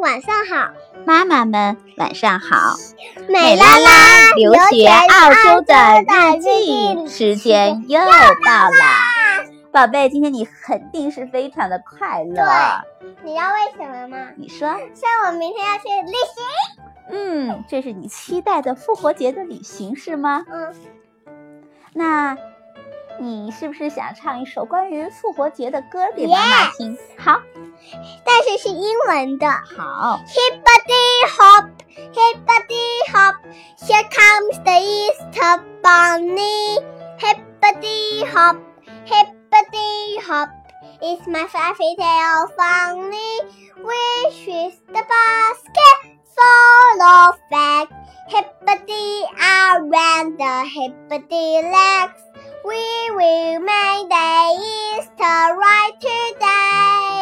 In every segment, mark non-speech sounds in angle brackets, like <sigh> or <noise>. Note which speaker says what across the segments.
Speaker 1: 晚上好，
Speaker 2: 妈妈们晚上好，
Speaker 1: 美拉啊
Speaker 2: 拉
Speaker 1: 拉
Speaker 2: 留学澳洲的日记时间又到啦！宝贝，今天你肯定是非常的快乐。
Speaker 1: 你知道为什么吗？
Speaker 2: 你说，
Speaker 1: 像我明天要去旅行，
Speaker 2: 嗯，这是你期待的复活节的旅行是吗？
Speaker 1: 嗯，
Speaker 2: 那，你是不是想唱一首关于复活节的歌给妈妈听？好，
Speaker 1: 但是是英文的。
Speaker 2: 好，
Speaker 1: Hippity hop, hippity hop, here comes the Easter bunny. Hippity hop, hippity hop, it's my fairy tale funny, which is the basket full of eggs. Hippity around the hippity legs, we will make the Easter right today.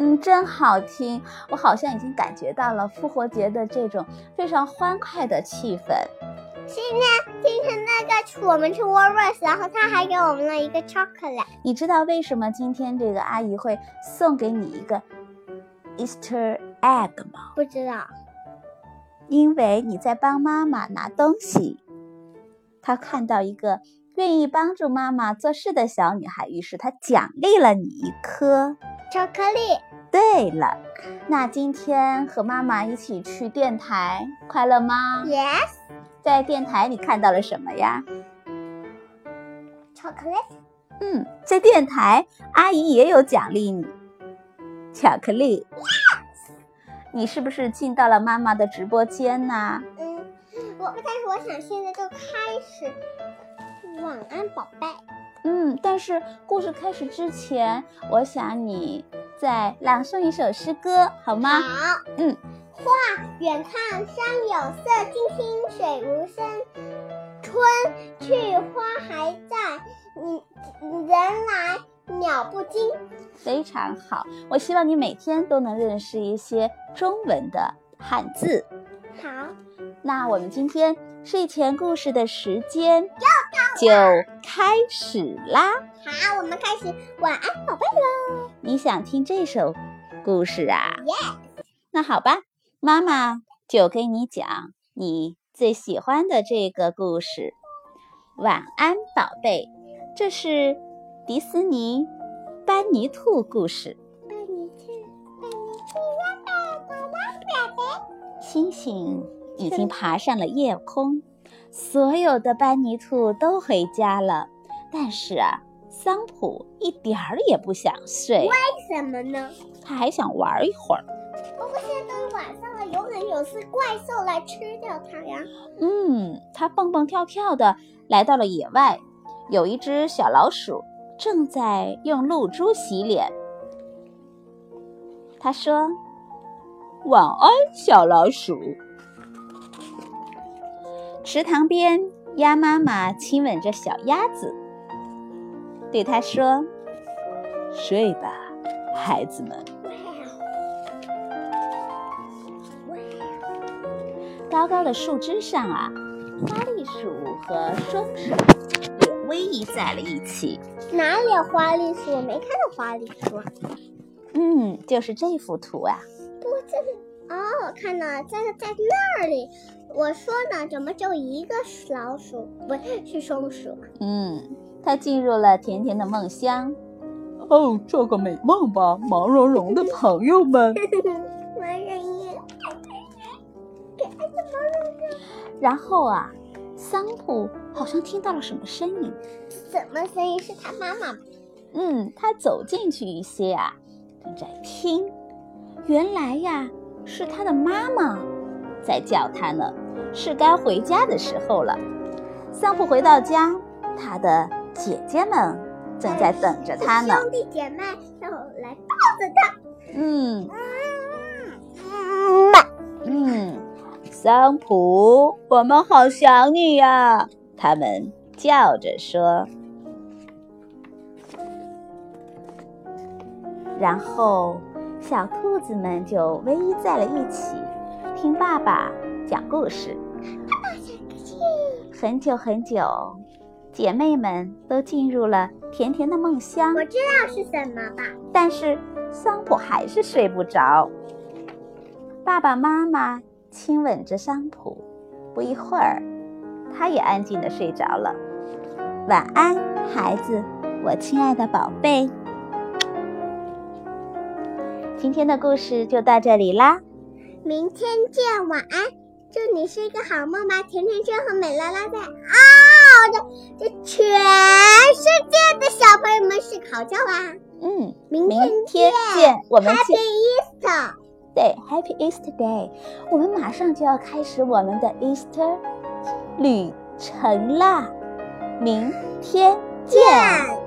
Speaker 2: 嗯，真好听，我好像已经感觉到了复活节的这种非常欢快的气氛。
Speaker 1: 今天今天那个我们去 Woolworths，然后他还给我们了一个 chocolate，
Speaker 2: 你知道为什么今天这个阿姨会送给你一个 Easter egg 吗？
Speaker 1: 不知道
Speaker 2: 因为你在帮妈妈拿东西，她看到一个愿意帮助妈妈做事的小女孩，于是她奖励了你一颗。
Speaker 1: 巧克力。
Speaker 2: 对了，那今天和妈妈一起去电台，快乐吗？
Speaker 1: Yes，
Speaker 2: 在电台你看到了什么呀？
Speaker 1: 巧克力。
Speaker 2: 嗯，在电台，阿姨也有奖励你，巧克力。你是不是进到了妈妈的直播间呢？
Speaker 1: 嗯，我但是我想现在就开始。晚安，宝贝。
Speaker 2: 嗯，但是故事开始之前，我想你再朗诵一首诗歌好吗？
Speaker 1: 好。
Speaker 2: 嗯。
Speaker 1: 画远看山有色，近听水无声。春去花还在，你人来鸟不惊。
Speaker 2: 非常好，我希望你每天都能认识一些中文的汉字。
Speaker 1: 好，
Speaker 2: 那我们今天睡前故事的时间就开始啦。
Speaker 1: 好，我们开始晚安，宝贝。
Speaker 2: 你想听这首故事啊那好吧，妈妈就给你讲你最喜欢的这个故事。晚安，宝贝。这是迪斯尼《班尼兔》故事。
Speaker 1: 拜你去，拜你去，呀拜我啦，宝贝。
Speaker 2: 星星已经爬上了夜空，所有的班尼兔都回家了。但是啊，桑普一点儿也不想睡，
Speaker 1: 为什么呢？
Speaker 2: 他还想玩一会儿。
Speaker 1: 不过现在都是晚上了，有可能有只怪兽来吃掉它呀。
Speaker 2: 嗯，它蹦蹦跳跳的来到了野外，有一只小老鼠正在用露珠洗脸。它说：“晚安，小老鼠。”池塘边，鸭妈妈亲吻着小鸭子，对它说：“睡吧，孩子们。”
Speaker 1: 哇哦，哇哦，
Speaker 2: 高高的树枝上啊，花栗鼠和松鼠也偎依在了一起。
Speaker 1: 哪里有花栗鼠？我没看到花栗哦鼠。
Speaker 2: 嗯，就是这幅图啊。
Speaker 1: 不过这里哦，我看到了，这个在那里。我说呢，怎么就一个老鼠？不是松鼠？
Speaker 2: 嗯，它进入了甜甜的梦乡。哦，做个美梦吧，毛茸茸的朋友们。
Speaker 1: 没人意。
Speaker 2: <laughs> 然后啊，桑普好像听到了什么声音。
Speaker 1: 什么声音？是它妈妈
Speaker 2: 嗯，他走进去一些啊，正在听。原来呀，是他的妈妈在叫他呢，是该回家的时候了。桑普回到家，他的姐姐们正在等着他呢。
Speaker 1: 兄弟姐妹让我来抱着
Speaker 2: 嗯
Speaker 1: 它。
Speaker 2: 嗯，桑普，我们好想你呀、他们叫着说。然后，小兔子们就偎依在了一起，听爸爸讲故事。很久很久，姐妹们都进入了甜甜的梦乡，
Speaker 1: 我知道是什么吧？
Speaker 2: 但是桑普还是睡不着。爸爸妈妈亲吻着桑普。不一会儿，他也安静的睡着了。晚安，孩子，我亲爱的宝贝。今天的故事就到这里啦，
Speaker 1: 明天见，晚安。祝你是一个好梦吧，甜甜圈和美拉拉在嗷的这全世界的小朋友们是烤焦啦。
Speaker 2: 嗯，
Speaker 1: 明
Speaker 2: 明
Speaker 1: 天
Speaker 2: 天见，我们见。
Speaker 1: ，Happy Easter！
Speaker 2: 对，Happy Easter Day！我们马上就要开始我们的 Easter 旅程啦，明天见。
Speaker 1: 见。